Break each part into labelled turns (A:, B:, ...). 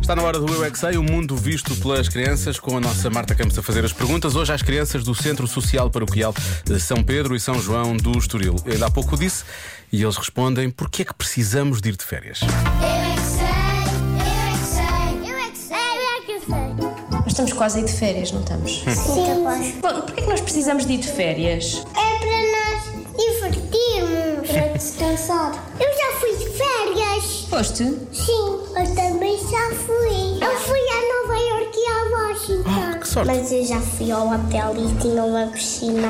A: Está na hora do Eu é que Sei, o mundo visto pelas crianças, com a nossa Marta Campos a fazer as perguntas. Hoje às crianças do Centro Social Paroquial de São Pedro e São João do Estoril. Eu ainda há pouco disse e eles respondem: porquê é que precisamos de ir de férias?
B: Nós estamos quase a ir de férias, não estamos?
C: Sim,
B: Bom, porquê é que nós precisamos de ir de férias?
C: é para nós divertirmos. Para descansar. Eu já fui de férias.
B: Foste?
C: Sim, eu também já fui. Eu fui a Nova York e a Washington.
A: Ah, que sorte.
C: Mas eu já fui ao hotel e tinha uma piscina.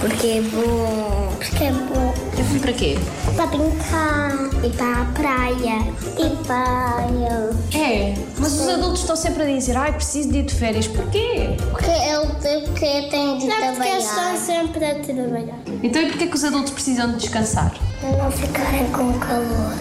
C: Porque é bom. Porque é bom.
B: Eu fui para quê?
C: Para brincar. E para a praia. E para...
B: É, mas os adultos estão sempre a dizer Ai, preciso de ir de férias, porquê?
C: Porque eu, porque tenho de trabalhar. Porque eu estou sempre a trabalhar.
B: Então e porquê que os adultos precisam de descansar?
C: Para não ficarem com calor.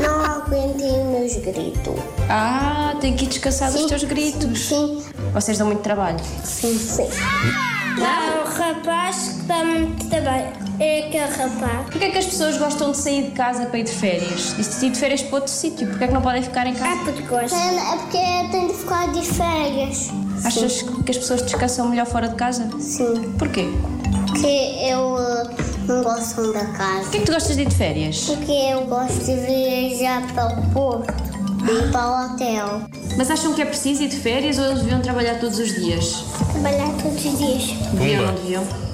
C: não aguentem os meus gritos.
B: Ah, tem que ir descansar dos teus gritos
C: Sim,
B: Vocês dão muito trabalho
C: sim, sim. Há um rapaz que dá muito trabalho. É aquele rapaz.
B: Porquê é que as pessoas gostam de sair de casa para ir de férias? E se ir de férias para outro sítio, porquê é que não podem ficar em casa?
C: porque gosta. É porque tem de ficar de férias.
B: Achas que as pessoas descansam melhor fora de casa?
C: Sim.
B: Porquê?
C: Porque eu eh, não gosto da casa.
B: Porquê é que tu gostas de ir de férias?
C: Porque eu gosto de viajar para o Porto e para o hotel.
B: Mas acham que é preciso ir de férias ou eles deviam trabalhar todos os dias?
C: Trabalhar todos os dias.
B: Deviam ou não deviam?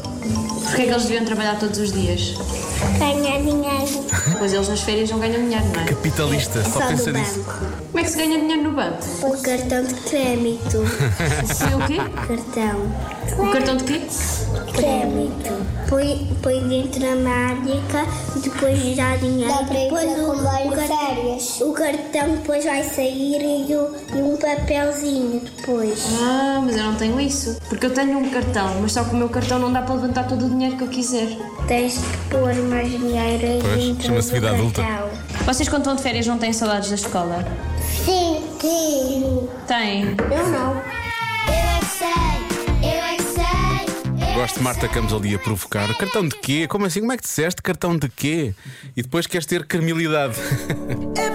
B: Porquê é que eles deviam trabalhar todos os dias?
C: Ganhar dinheiro.
B: Pois eles nas férias não ganham dinheiro, não é?
A: Capitalista, só pensa nisso.
B: Como é que se ganha dinheiro no banco?
C: O cartão de crémito.
B: Foi o quê?
C: cartão.
B: O cartão de quê?
C: Crémito. Põe, põe dentro da mágica e depois dá dinheiro. Dá depois o, o, car- o cartão depois vai sair e, o- e um papelzinho depois.
B: Ah, mas eu não tenho isso. Porque eu tenho um cartão, mas só que o meu cartão não dá para levantar todo o dinheiro que eu quiser.
C: Tens de pôr mais dinheiro
A: Pois,
C: dentro
A: chama-se
C: do
A: vida adulta.
C: cartão.
B: Vocês quando estão de férias não têm saudades da escola?
C: Sim, sim.
B: Têm.
C: Eu não. Eu é que sei, eu é que sei. é
A: Gosto de Marta Campos ali a provocar. Cartão de quê? Como assim? Como é que disseste? Cartão de quê? E depois queres ter carmilidade.